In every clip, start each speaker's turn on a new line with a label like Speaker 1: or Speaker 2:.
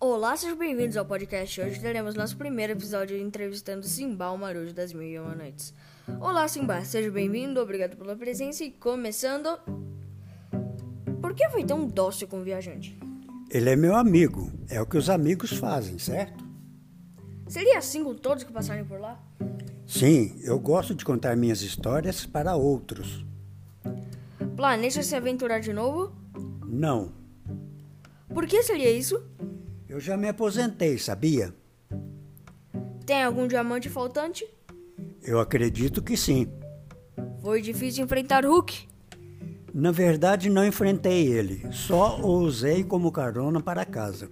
Speaker 1: Olá, sejam bem-vindos ao podcast. Hoje teremos nosso primeiro episódio entrevistando Simba, o marujo das mil e uma noites. Olá, Simba, seja bem-vindo, obrigado pela presença e começando... Por que foi tão dócil com o viajante?
Speaker 2: Ele é meu amigo. É o que os amigos fazem, certo?
Speaker 1: Seria assim com todos que passarem por lá?
Speaker 2: Sim, eu gosto de contar minhas histórias para outros.
Speaker 1: Planeja se aventurar de novo?
Speaker 2: Não,
Speaker 1: Por que seria isso?
Speaker 2: eu já me aposentei, sabia?
Speaker 1: Tem algum diamante faltante?
Speaker 2: Eu acredito que sim.
Speaker 1: Foi difícil enfrentar Hulk?
Speaker 2: Na verdade, não enfrentei ele, só o usei como carona para casa.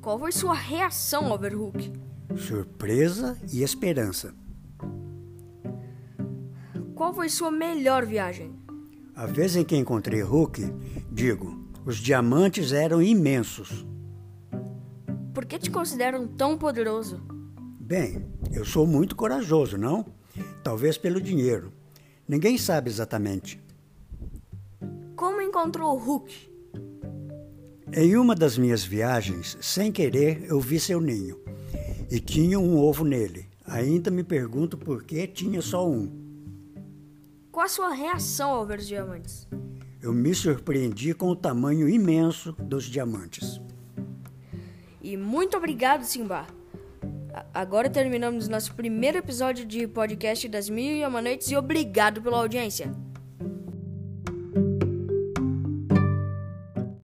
Speaker 1: Qual foi sua reação ao ver Hulk?
Speaker 2: Surpresa e esperança.
Speaker 1: Qual foi sua melhor viagem?
Speaker 2: A vez em que encontrei Hulk, digo, os diamantes eram imensos.
Speaker 1: Por que te consideram tão poderoso?
Speaker 2: Bem, eu sou muito corajoso, não? Talvez pelo dinheiro. Ninguém sabe exatamente.
Speaker 1: Como encontrou o Hulk?
Speaker 2: Em uma das minhas viagens, sem querer, eu vi seu ninho e tinha um ovo nele. Ainda me pergunto por que tinha só um.
Speaker 1: Qual a sua reação ao ver os diamantes?
Speaker 2: Eu me surpreendi com o tamanho imenso dos diamantes.
Speaker 1: E muito obrigado, Simba! A- Agora terminamos nosso primeiro episódio de podcast das Mil e Uma Noites e obrigado pela audiência!